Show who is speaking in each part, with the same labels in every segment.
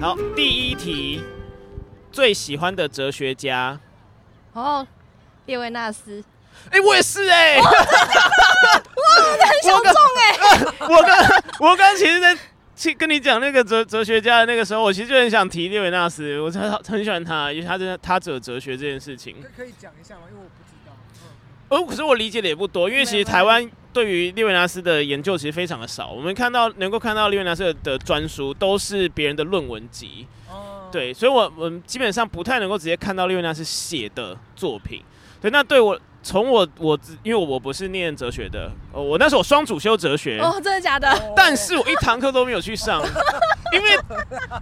Speaker 1: 好，第一题，最喜欢的哲学家。
Speaker 2: 哦，列维纳斯，
Speaker 1: 哎、我也是哎、
Speaker 2: 很小众哎、
Speaker 1: 我跟我刚其实在去跟你讲那个哲哲学家的那个时候，我其实就很想提列维纳斯，我很很喜欢他，因为他真的他只有哲学这件事情。
Speaker 3: 可可以讲一下吗？因为我不知道。嗯
Speaker 1: 哦，可是我理解的也不多，因为其实台湾对于列维纳斯的研究其实非常的少，我们看到能够看到列维纳斯的专书都是别人的论文集，
Speaker 3: 哦，
Speaker 1: 对，所以我我们基本上不太能够直接看到列维纳斯写的作品。对，那对我从我我自因为我不是念哲学的，哦，我那时候双主修哲学，
Speaker 2: 哦，真的假的？
Speaker 3: 哦
Speaker 1: 但是我一堂课都没有去上， 因为，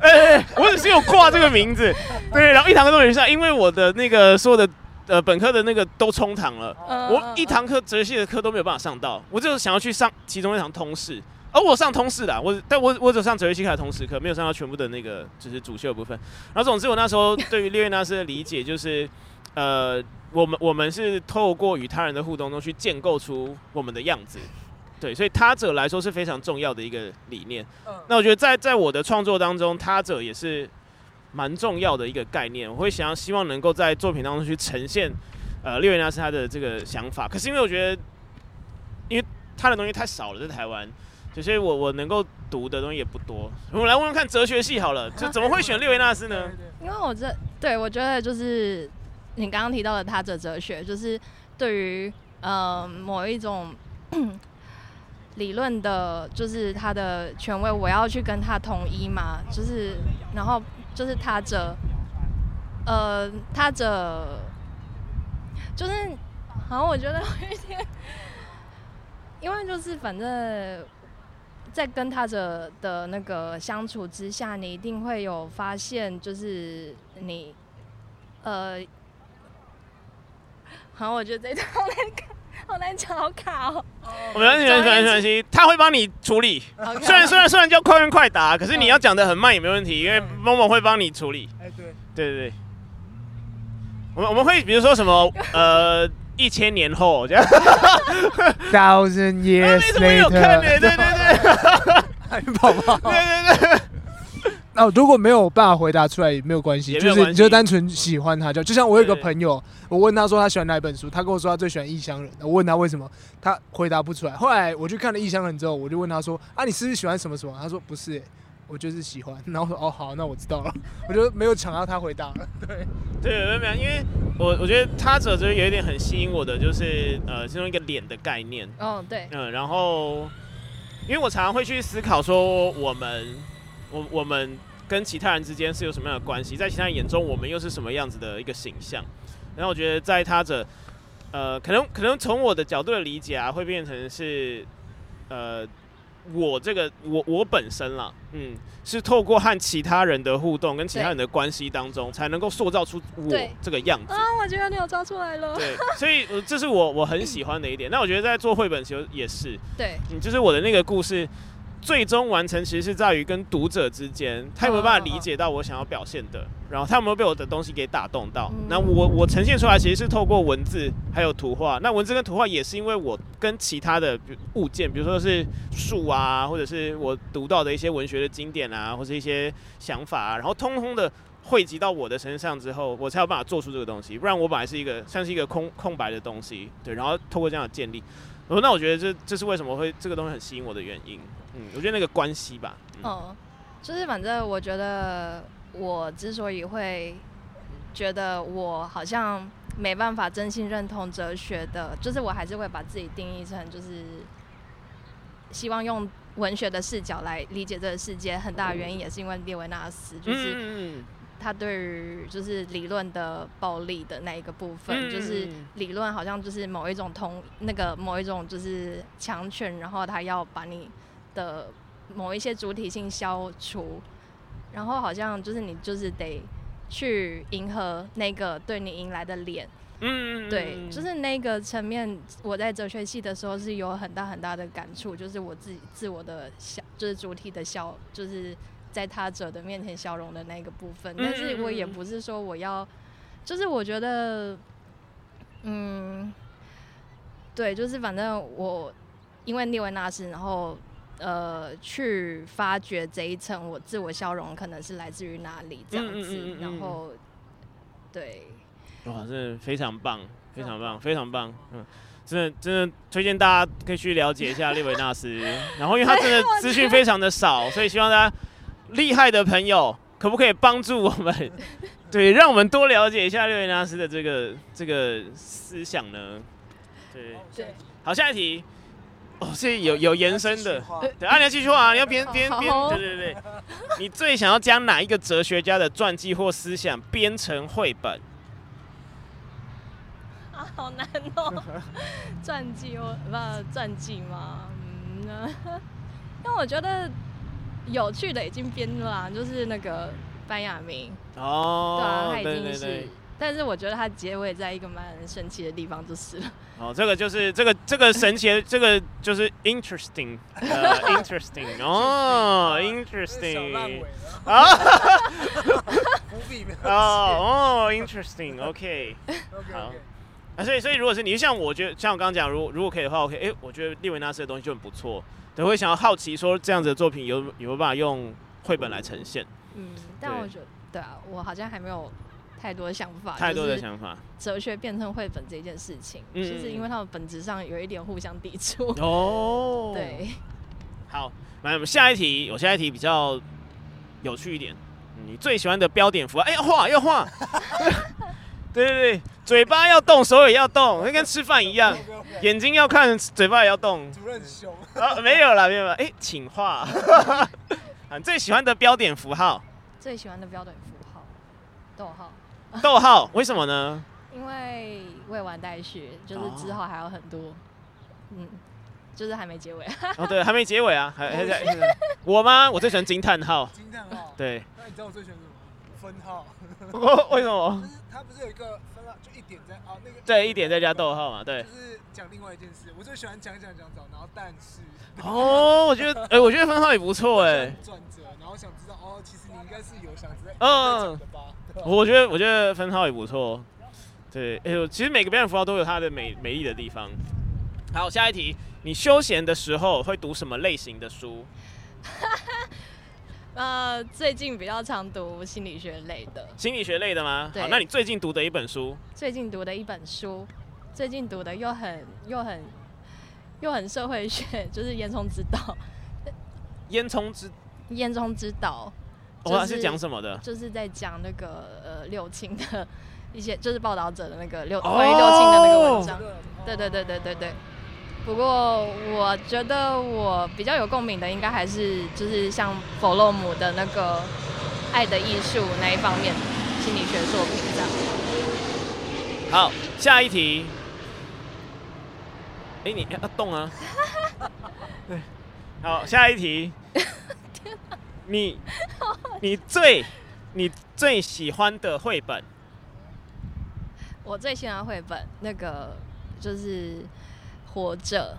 Speaker 1: 哎、我只是有挂这个名字，对，然后一堂课都没有去上，因为我的那个所有的呃本科的那个都冲堂了，
Speaker 3: 哦
Speaker 2: 嗯
Speaker 1: 我一堂课哲学系的课都没有办法上到，我就想要去上其中一堂通识，而、我上通识的，我但我我只有上哲学系课的通识课，没有上到全部的那个就是主修的部分。然后总之我那时 候对于列维纳斯的理解就是，呃，我们我们是透过与他人的互动中去建构出我们的样子，对，所以他者来说是非常重要的一个理念。
Speaker 3: 嗯
Speaker 1: 那我觉得在在我的创作当中，他者也是蛮重要的一个概念。我会想要希望能够在作品当中去呈现，呃，列维纳斯他的这个想法。可是因为我觉得，因为他的东西太少了，在台湾，所以我我能够读的东西也不多。我们来问问看哲学系好了，就怎么会选列维纳斯呢？
Speaker 3: 对对
Speaker 2: 因为我这对我觉得就是你刚刚提到的他者哲学，就是对于呃某一种 理论的，就是他的权威，我要去跟他统一嘛，就是然后就是他者，呃，他者就是好像我觉得有一点，因为就是反正在跟他者的那个相处之下，你一定会有发现，就是你，呃，好，我觉得这一段好难看，好难讲，好卡哦。
Speaker 1: 我们来选选选系，他会帮你处理。
Speaker 2: 好卡
Speaker 1: 虽然虽然虽然叫快问快答，可是你要讲的很慢也没问题，因为某某会帮你处理。
Speaker 3: 哎对，
Speaker 1: 对对对，我们我们会比如说什么呃一千年后这样，啊
Speaker 4: Thousand
Speaker 1: 那
Speaker 4: years
Speaker 1: 什么有看欸的，对对对
Speaker 3: 哎
Speaker 4: 好不好？
Speaker 1: 对对对，
Speaker 4: 哦，如果没有办法回答出来也没有关系，
Speaker 1: 也没
Speaker 4: 就
Speaker 1: 有
Speaker 4: 是
Speaker 1: 关
Speaker 4: 你
Speaker 1: 系
Speaker 4: 就单纯喜欢他就，就像我有一个
Speaker 1: 对
Speaker 4: 朋友，我问他说他喜欢哪一本书，他跟我说他最喜欢《异乡人》，我问他为什么，他回答不出来。后来我去看了《异乡人》之后，我就问他说啊，你是不是喜欢什么什么？他说不是、欸我就是喜欢。 然后我说哦好，那我知道了， 我就没有抢到他回答了。
Speaker 1: 对没有，因为我我觉得他者就是有一点很吸引我的，就是呃其中一个脸的概念，
Speaker 2: 哦，对，
Speaker 1: 嗯，然后因为我常常会去思考说我们我我们跟其他人之间是有什么样的关系，在其他人眼中我们又是什么样子的一个形象，然后我觉得在他者。呃，可能可能从我的角度的理解啊，会变成是，呃，我这个我我本身啦，嗯，是透过和其他人的互动跟其他人的关系当中，才能够塑造出我
Speaker 2: 对
Speaker 1: 这个样子。
Speaker 2: 啊，我觉得你有抓出来了。
Speaker 1: 对，所以呃这是我我很喜欢的一点。那我觉得在做绘本的时候也是，
Speaker 2: 对，
Speaker 1: 嗯，就是我的那个故事最终完成，其实是在于跟读者之间，他有没有办法理解到我想要表现的，然后他有没有被我的东西给打动到
Speaker 2: 嗯。
Speaker 1: 那我我呈现出来其实是透过文字还有图画，那文字跟图画也是因为我跟其他的比如物件，比如说是树啊，或者是我读到的一些文学的经典啊，或是一些想法啊，然后通通的。汇集到我的身上之后，我才有办法做出这个东西，不然我本来是一个像是一个空空白的东西，对，然后透过这样的建立，哦，那我觉得这这是为什么会这个东西很吸引我的原因。嗯，我觉得那个关系吧。嗯、
Speaker 2: 哦，就是反正我觉得我之所以会觉得我好像没办法真心认同哲学的，就是我还是会把自己定义成就是希望用文学的视角来理解这个世界，很大的原因也是因为列维纳斯，就是
Speaker 1: 嗯嗯
Speaker 2: 他对于就是理论的暴力的那一个部分，就是
Speaker 1: 嗯
Speaker 2: 理论好像就是某一种同那个某一种就是强权，然后他要把你的某一些主体性消除，然后好像就是你就是得去迎合那个对你迎来的脸，
Speaker 1: 嗯，嗯
Speaker 2: 对，就是那个层面，我在哲学系的时候是有很大很大的感触，就是我自己自我的消，就是主体的消，就是在他者的面前消融的那个部分。但是我也
Speaker 1: 嗯
Speaker 2: 不是说我要，就是我觉得，嗯，对，就是反正我因为列维纳斯，然后呃去发掘这一层我自我消融可能是来自于哪里这样
Speaker 1: 嗯嗯
Speaker 2: 子，
Speaker 1: 嗯嗯嗯
Speaker 2: 然后对。
Speaker 1: 哇，真的非常棒，非常棒，非常棒，嗯。真的，真的推荐大家可以去了解一下列维纳斯。然后，因为他真的资讯非常的少，所以希望大家厉害的朋友可不可以帮助我们，对，让我们多了解一下列维纳斯的这个这个思想呢？ 对，
Speaker 2: 对
Speaker 1: 好，下一题。哦，是有有延伸的。
Speaker 3: 好
Speaker 1: 对，啊，你要继续画啊，你要边边
Speaker 2: 好
Speaker 1: 边
Speaker 2: 哦，
Speaker 1: 对对 对。你最想要将哪一个哲学家的传记或思想编成绘本？
Speaker 2: 啊， 好难哦！ 传记我不传记吗？嗯， 呃因为我觉得有趣的已经编了啦，就是那个班亚明，对啊，
Speaker 1: 哦
Speaker 2: 他，已
Speaker 1: 对
Speaker 2: 经
Speaker 1: 对
Speaker 2: 是。
Speaker 1: 对，
Speaker 2: 但是我觉得他结尾在一个蛮神奇的地方，就是了。
Speaker 1: 哦，这个就是这个这个神奇的，这个就是 interesting，呃 ，interesting，哦
Speaker 3: 小烂尾
Speaker 1: ，interesting，
Speaker 3: 了，
Speaker 1: 啊
Speaker 3: 伏笔没有
Speaker 1: 哦哦，interesting，OK。
Speaker 3: OK
Speaker 1: 好
Speaker 3: OK，
Speaker 1: 啊，所以所以如果是你，像我觉得，像我刚刚讲，如果如果可以的话，我可以，哎、我觉得利维纳斯的东西就很不错，对，我会想要好奇说这样子的作品有有没有办法用绘本来呈现，
Speaker 2: 嗯，但
Speaker 1: 对
Speaker 2: 我觉得对啊，我好像还没有太多想法，
Speaker 1: 太多的
Speaker 2: 啊就是
Speaker 1: 想法。
Speaker 2: 哲学变成绘本这件事情，
Speaker 1: 嗯
Speaker 2: 其实因为他们本质上有一点互相抵触。
Speaker 1: 哦，
Speaker 2: 对，
Speaker 1: 好，来我们下一题，我下一题比较有趣一点，你最喜欢的标点符号，哎、要画要画，对对对，嘴巴要动，手也要动，那跟吃饭一样，
Speaker 3: OK，OK，
Speaker 1: 眼睛要看，嘴巴也要动，
Speaker 3: 主任凶，
Speaker 1: 啊，没有啦，没有啦，哎、请画， 啊，你最喜欢的标点符号。
Speaker 2: 最喜欢的标准符号，逗号。
Speaker 1: 逗号，为什么呢？
Speaker 2: 因为未完待续，就是之后还有很多，嗯，就是还没结尾。
Speaker 1: 哦，对，还没结尾啊，还还在我吗？我最喜欢惊叹号。
Speaker 3: 惊叹号。
Speaker 1: 对，
Speaker 3: 那你知道我最喜欢什么？分号，
Speaker 1: 哦，为什
Speaker 3: 就
Speaker 1: 么？
Speaker 3: 是它不是有一个分号，就一点在啊那个。
Speaker 1: 对，一点再加逗。号嘛，对
Speaker 3: 就。是讲另外一件事，我最喜欢讲一讲讲讲，然后但是
Speaker 1: 哦，我觉得，哎、我觉得分号也不错，哎，
Speaker 3: 转折，然后想知道哦，其实你应该是有想知道
Speaker 1: 嗯
Speaker 3: 嗯的吧？对吧
Speaker 1: 我觉得，我觉得分号也不错。哦对，哎、呦，其实每个表演符号都有它的美美丽的地方。好，下一题，你休闲的时候会读什么类型的书？
Speaker 2: 呃，最近比较常读心理学类的，
Speaker 1: 心理学类的吗？好，
Speaker 2: 对
Speaker 1: 那你最近读的一本书？
Speaker 2: 最近读的一本书，最近读的又很又很又很社会学，就是《烟囱之道》。
Speaker 1: 烟囱之，
Speaker 2: 《烟囱之道
Speaker 1: 哦，
Speaker 2: 就是
Speaker 1: 它是讲什么的》？
Speaker 2: 就是在讲那个呃六亲的一些，就是报道者的那个
Speaker 1: 哦
Speaker 2: 六关于六亲的那个文章。对对对对对对。不过我觉得我比较有共鸣的，应该还是就是像弗洛姆的那个《爱的艺术》那一方面心理学作品这样。
Speaker 1: 好，下一题。哎、你要动啊！对，好，下一 题。你你最你最喜欢的绘本？
Speaker 2: 我最喜欢绘本那个就是《活着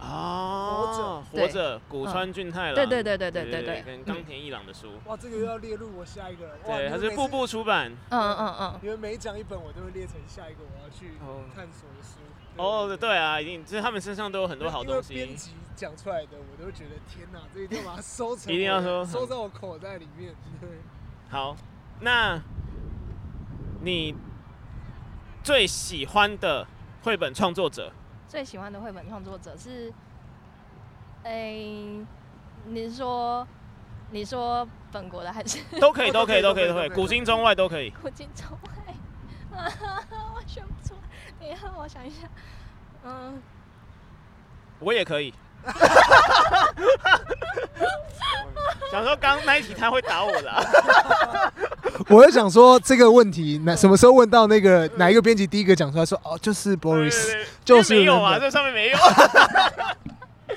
Speaker 1: 哦，
Speaker 2: 活着
Speaker 1: 活着，古川俊太郎。
Speaker 2: 对对对对对对对
Speaker 1: 跟冈田一郎的书。
Speaker 3: 哇，这个又要列入我下一个了。哇
Speaker 1: 对，它是
Speaker 3: 步
Speaker 1: 步
Speaker 3: 步。
Speaker 1: 步出版。》。
Speaker 2: 嗯嗯嗯，
Speaker 3: 你们每讲一本，我都会列成下一个我要去
Speaker 1: 哦
Speaker 3: 探索的书。
Speaker 1: 哦，对啊，一定，就是他们身上都有很
Speaker 3: 很
Speaker 1: 多好东西
Speaker 3: 编。辑讲出来的，我都会觉得天哪，这一定要把它收 成，
Speaker 1: 一定要收
Speaker 3: 收在我口袋里面。对，
Speaker 1: 好，那你最喜欢的绘本创作 者？
Speaker 2: 最喜欢的绘本创作者是，诶、你说你说本国的还是
Speaker 1: 都可以，哦都
Speaker 3: 都
Speaker 1: 可
Speaker 3: 可
Speaker 1: 以，
Speaker 3: 以
Speaker 1: 都可以，
Speaker 3: 都
Speaker 1: 都
Speaker 3: 可
Speaker 1: 可以，
Speaker 3: 以
Speaker 1: 古今中外都可以。
Speaker 2: 国际中外？啊， 我选不出来。等一下，我想一下。嗯，
Speaker 1: 我也 可以。想说刚那一题他会打我的啊、
Speaker 4: 我就想说这个问题，哪什么时候问到那个哪一个编辑第一个讲出来说哦，就是
Speaker 1: 对
Speaker 4: Boris，
Speaker 1: 对对
Speaker 4: 就是
Speaker 1: 因为没有啊，
Speaker 4: 原本
Speaker 1: 这上面没有， 额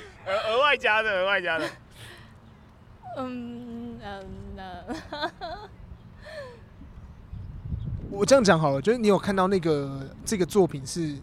Speaker 1: 额外加的，额外加的。
Speaker 2: 嗯嗯嗯，
Speaker 4: 我这样讲好了，就是你有看到那个这个作品是，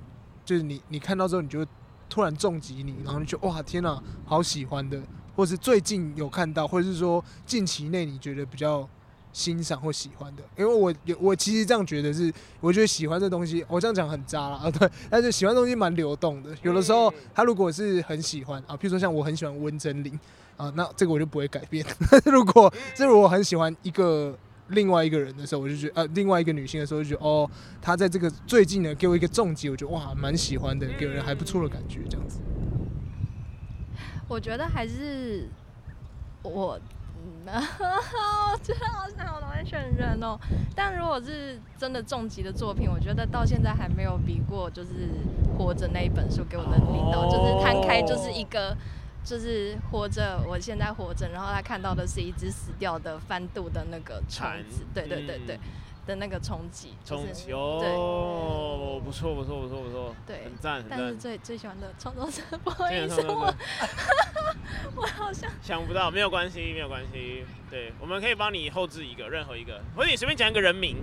Speaker 4: 就是你你看到之后，你就会突然重击你，然后你就哇天哪、好喜欢的，或是最近有看到，或者是说近期内你觉得比较欣赏或喜欢的。因为我有我其实这样觉得是，我觉得喜欢这东西，我这样讲很渣啦啊， 对，但是喜欢的东西蛮流动的，有的时候他如果是很喜欢啊，譬如说像我很喜欢温真菱啊，那这个我就不会改变。 但是如果是我很喜欢一个另外一个人的时候，我就觉得呃，另外一个女性的时候，就觉得哦，她在这个最近呢给我一个重击，我觉得哇，蛮喜欢的，给人还不错的感觉，这样子。
Speaker 2: 我觉得还是我，嗯 我觉得好想好难选人哦。但如果是真的重疾的作品，我觉得到现在还没有比过就是《活着》那一本书给我的力道，
Speaker 1: 哦
Speaker 2: 就是摊开就是一个。就是活着，我现在活着，然后他看到的是一只死掉的翻肚的那个虫
Speaker 1: 蝉
Speaker 2: 子，对对对
Speaker 1: 嗯
Speaker 2: 对、的那个冲击，就是
Speaker 1: 冲击哦，不错不错不错不错，
Speaker 2: 对
Speaker 1: 很赞很
Speaker 2: 但是
Speaker 1: 赞。
Speaker 2: 最最喜欢的创作者，不好
Speaker 1: 这
Speaker 2: 意
Speaker 1: 个
Speaker 2: 思，
Speaker 1: 上面
Speaker 2: 我 我好像
Speaker 1: 想不到，没有关系没有关系，对，我们可以帮你后置一个任何一个，或者你随便讲一个人名，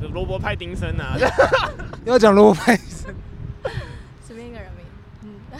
Speaker 1: 就罗伯派丁森 啊，
Speaker 4: 要讲罗伯派森，
Speaker 2: 随便一个人名，嗯，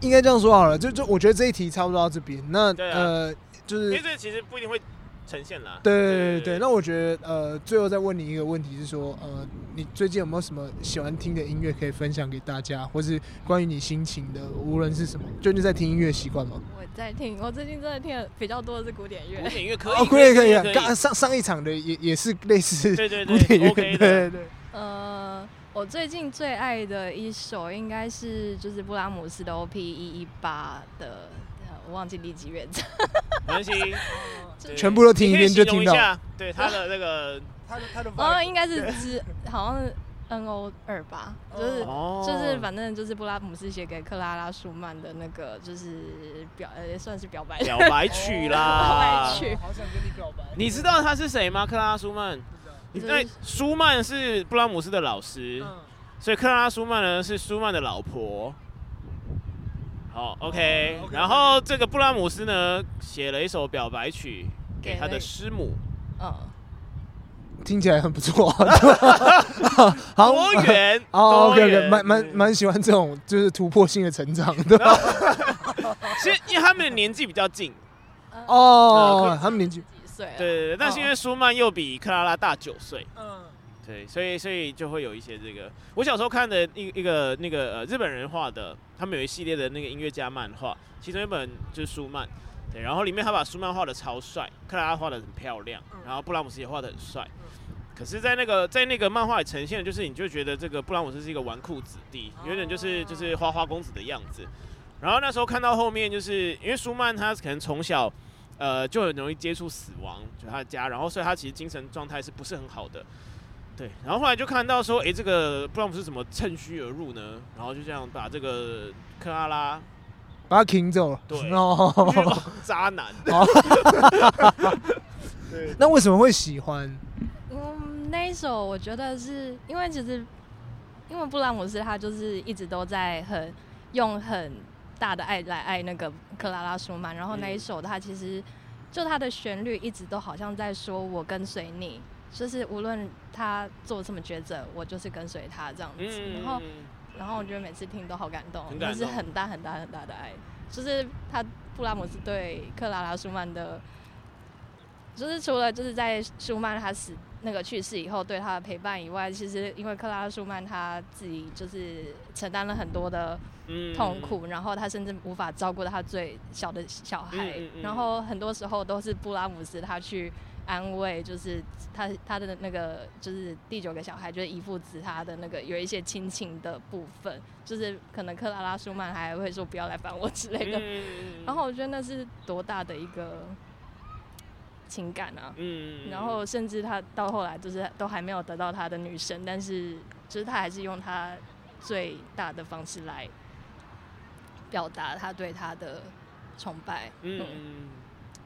Speaker 4: 应该这样说好了，就就我觉得这一题差不多到这边。那、
Speaker 1: 对啊
Speaker 4: 呃，就
Speaker 1: 因
Speaker 4: 是
Speaker 1: 为这其实不一定会呈现啦。
Speaker 4: 对对对对，那我觉得呃，最后再问你一个问题是说，呃，你最近有没有什么喜欢听的音乐可以分享给大家，或是关于你心情的，无论是什么，最近在听音乐习惯吗？
Speaker 2: 我在听，我最近真的听的比较多的是古典乐
Speaker 1: 古，典音乐可
Speaker 4: 哦，
Speaker 1: 以
Speaker 4: 可以可以，
Speaker 1: 可以，
Speaker 4: 刚上上一场的也也是类似
Speaker 1: 对对
Speaker 4: 古典乐，
Speaker 1: 对
Speaker 4: 对
Speaker 1: ，OK
Speaker 4: 对
Speaker 1: 的，
Speaker 4: 对。
Speaker 2: 呃，我最近最爱的一首应该是就是布拉姆斯的 OP 一一八的，呃我忘记第几乐 章，
Speaker 1: 没关系，对
Speaker 4: 全部都听一遍就听。
Speaker 1: 你可
Speaker 4: 到
Speaker 1: 以形容一下对他的那个
Speaker 4: 他的他的
Speaker 2: 哦，应该是之好像是 N O 二吧，就是
Speaker 1: 哦
Speaker 2: 就是反正就是布拉姆斯写给克拉拉舒曼的那个，就是表呃算是表白
Speaker 1: 表白曲啦
Speaker 2: 表哦白曲
Speaker 4: 好想跟你表白
Speaker 1: 你知道他是谁吗？克拉拉舒曼。你对，舒曼是布拉姆斯的老师，
Speaker 2: 嗯
Speaker 3: 嗯
Speaker 1: 所以克拉拉舒曼呢是舒曼的老婆。好，OK。然
Speaker 2: 哦
Speaker 1: 后这个布拉姆斯呢写了一首表白曲给他的师母，
Speaker 2: 嗯，
Speaker 4: 听起来很不错啊，好
Speaker 1: 多元
Speaker 4: 哦
Speaker 1: 多
Speaker 4: ，OK OK，
Speaker 1: 元
Speaker 4: 蛮蛮蛮喜欢这种就是突破性的成长的
Speaker 1: 然后其实因为他们的年纪比较近，
Speaker 2: 哦，
Speaker 1: 呃
Speaker 4: 哦，他们年纪
Speaker 2: 几岁啊？
Speaker 1: 对对对，但是因为舒曼又比克拉拉大九岁，
Speaker 4: 嗯
Speaker 1: 对，所以所以就会有一些这个，我小时候看的一一个那个呃日本人画的，他们有一系列的那个音乐家漫画，其中一本就是舒曼，对，然后里面他把舒曼画的超帅，克拉拉画的很漂亮，然后布拉姆斯也画的很帅，可是，在那个在那个漫画里呈现的就是，你就觉得这个布拉姆斯是一个纨绔子弟，有点就是就是花花公子的样子。然后那时候看到后面，就是因为舒曼他可能从小。呃，就很容易接触死亡，就他的家，然后所以他其实精神状态是不是很好的，对，然后后来就看到说，诶，这个布朗姆是怎么趁虚而入呢？然后就这样把这个克拉拉，
Speaker 4: 把他停走了，
Speaker 1: 对
Speaker 4: 哦，
Speaker 1: 渣男，
Speaker 4: 那为什么会喜欢？
Speaker 2: 嗯，那一首我觉得是因为其实，因为布拉姆斯他就是一直都在很用很大的爱来爱那个克拉拉舒曼，然后那一
Speaker 1: 嗯
Speaker 2: 首他其实就他的旋律一直都好像在说我跟随你，就是无论他做什么抉择，我就是跟随他这样子。然后，然后我觉得每次听都好感动，
Speaker 1: 很
Speaker 2: 就
Speaker 1: 感
Speaker 2: 是
Speaker 1: 动
Speaker 2: 很大很大很大的爱，就是他布拉姆斯对克拉拉舒曼的，就是除了就是在舒曼他死那个去世以后对他的陪伴以外，其实因为克拉拉舒曼他自己就是承担了很多的
Speaker 1: 嗯
Speaker 2: 痛，苦，然后他甚至无法照顾他最小的小孩，
Speaker 1: 嗯嗯嗯
Speaker 2: 然后很多时候都是布拉姆斯他去安慰，就是他他的那个就是第九个小孩就是姨父子他的那个有一些亲情的部分，就是可能克拉拉舒曼还会说不要来烦我之类的，
Speaker 1: 嗯
Speaker 2: 然后，我觉得那是多大的一个情感啊！
Speaker 1: 嗯
Speaker 2: 然后，甚至他到后来就是都还没有得到他的女神，但是就是他还是用他最大的方式来表达他对他的崇拜。
Speaker 1: 嗯
Speaker 2: 嗯，
Speaker 1: 嗯，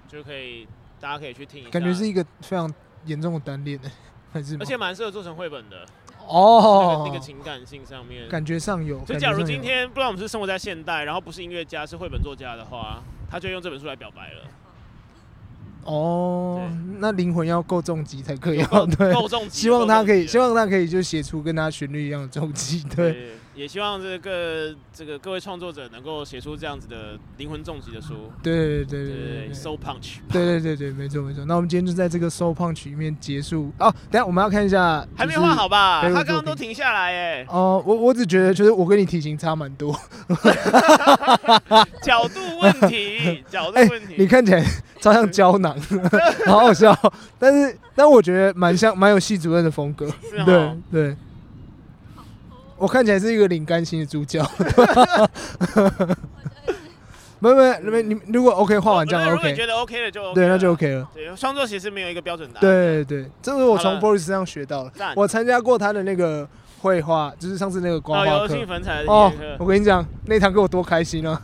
Speaker 1: 就可以大家可以去听一下。
Speaker 4: 感觉是一个非常严重的单恋 呢，还是吗
Speaker 1: 而且蛮适合做成绘本的，那
Speaker 4: 哦
Speaker 1: 个，那个情感性上面。
Speaker 4: 感觉上有。
Speaker 1: 所以，
Speaker 4: 感觉
Speaker 1: 假如
Speaker 4: 上
Speaker 1: 今
Speaker 4: 有
Speaker 1: 天不然我们是生活在现代，然后不是音乐家，是绘本作家的话，他就用这本书来表白了，
Speaker 4: 哦，那灵魂要够重击才可以
Speaker 1: 够
Speaker 4: 哦。对，
Speaker 1: 够重击
Speaker 4: 希望他可以，希
Speaker 1: 望
Speaker 4: 望他可以就写出跟他旋律一样的重击。 对，
Speaker 1: 对，也希望这个这个各位创作者能够写出这样子的灵魂重击的书，
Speaker 4: 对对对
Speaker 1: 对
Speaker 4: 对
Speaker 1: 对
Speaker 4: 对对。
Speaker 1: 对，Soul Punch，
Speaker 4: 对对对对，没错没错。那我们今天就在这个 Soul Punch 里面结束哦。等一下我们要看一下，
Speaker 1: 还没
Speaker 4: 就是
Speaker 1: 画好吧？
Speaker 4: 就是
Speaker 1: 他刚刚都停下来 哎，
Speaker 4: 哦、我我只觉得就是我跟你体型差蛮多，
Speaker 1: 角度问 题，角度问
Speaker 4: 哎你
Speaker 1: 题，
Speaker 4: 看起来超像胶 囊，好好笑。但是但我觉得蛮像蛮有系主任的风格，
Speaker 1: 是哦
Speaker 4: 对对。我看起来是一个领干心的助教。 没有没有没有，你如果 OK 画完这样
Speaker 1: 哦如果你
Speaker 4: OK，
Speaker 1: 觉得 OK 的就 OK，
Speaker 4: 对，那
Speaker 1: 了
Speaker 4: 就 OK 了。
Speaker 1: 对，创作其实没有一个标准答案，，
Speaker 4: 对对，这是我从
Speaker 1: 好了
Speaker 4: Boris 身上学到了。
Speaker 1: 赞，
Speaker 4: 我参加过他的那个绘画，就是上次那个
Speaker 1: 哦，
Speaker 4: 光画
Speaker 1: 有
Speaker 4: 课。
Speaker 1: 兴粉彩的
Speaker 4: 哦
Speaker 1: 一节，课
Speaker 4: 我跟你讲，那堂课我多开心 啊！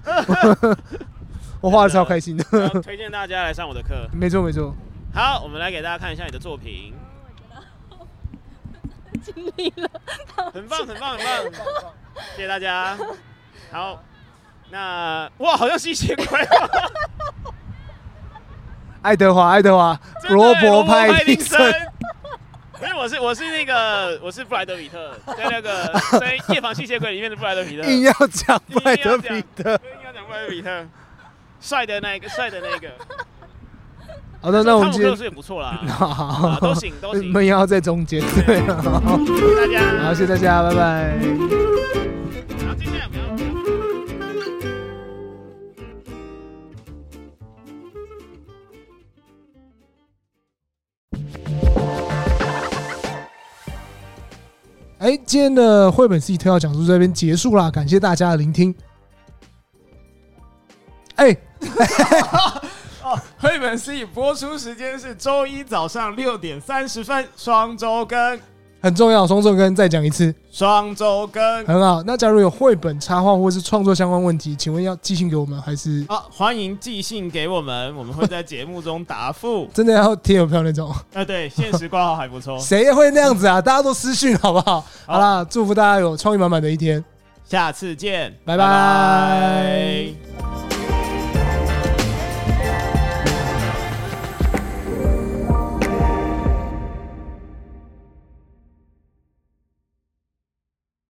Speaker 4: 我画的超开心的。
Speaker 1: 然后推荐大家来上我的课。
Speaker 4: 没错没错，
Speaker 1: 好，我们来给大家看一下你的作品，
Speaker 2: 经历了，
Speaker 1: 很棒，很棒，很棒，谢谢大家。好，那哇，好像吸血鬼 哦，
Speaker 4: 爱德华爱德华，
Speaker 1: 真的
Speaker 4: 罗
Speaker 1: 耶
Speaker 4: 伯派
Speaker 1: 派丁
Speaker 4: 丁
Speaker 1: 森
Speaker 4: 森。
Speaker 1: 因为我是我是那个我是布莱德比特，在那 个在《夜访吸血鬼》里面的布莱德比特，
Speaker 4: 硬要讲拜德彼特。
Speaker 1: 应该讲布莱德比特，帅的那一个，帅的那一个。
Speaker 4: 好的，那我们
Speaker 1: 汤
Speaker 4: 今
Speaker 1: 姆克
Speaker 4: 天
Speaker 1: 鲁斯也不错啦，啊
Speaker 4: 好，
Speaker 1: 都行都
Speaker 4: 我，
Speaker 1: 行
Speaker 4: 们也要在中间。 对，好，
Speaker 1: 谢谢大家。
Speaker 4: 好谢谢大家，拜拜。
Speaker 1: 然后接下来我们要我们要。
Speaker 4: 哎，今天的绘本 C 特效讲述这边结束啦，感谢大家的聆听。哎，
Speaker 5: 绘本 C 播出时间是周一早上六点三十分，双周更，
Speaker 4: 很重要，松松跟再讲一次，
Speaker 5: 双周更。
Speaker 4: 很好。那假如有绘本插画或是创作相关问题，请问要寄信给我们，还是。
Speaker 5: 好、欢迎寄信给我们，我们会在节目中答复
Speaker 4: 真的要贴邮票那种？
Speaker 1: 呃
Speaker 5: 啊，对，限时挂号还不错，
Speaker 4: 谁会那样子啊？大家都私讯好不好？好啦，祝福大家有创意满满的一天，
Speaker 5: 下次见，
Speaker 4: 拜拜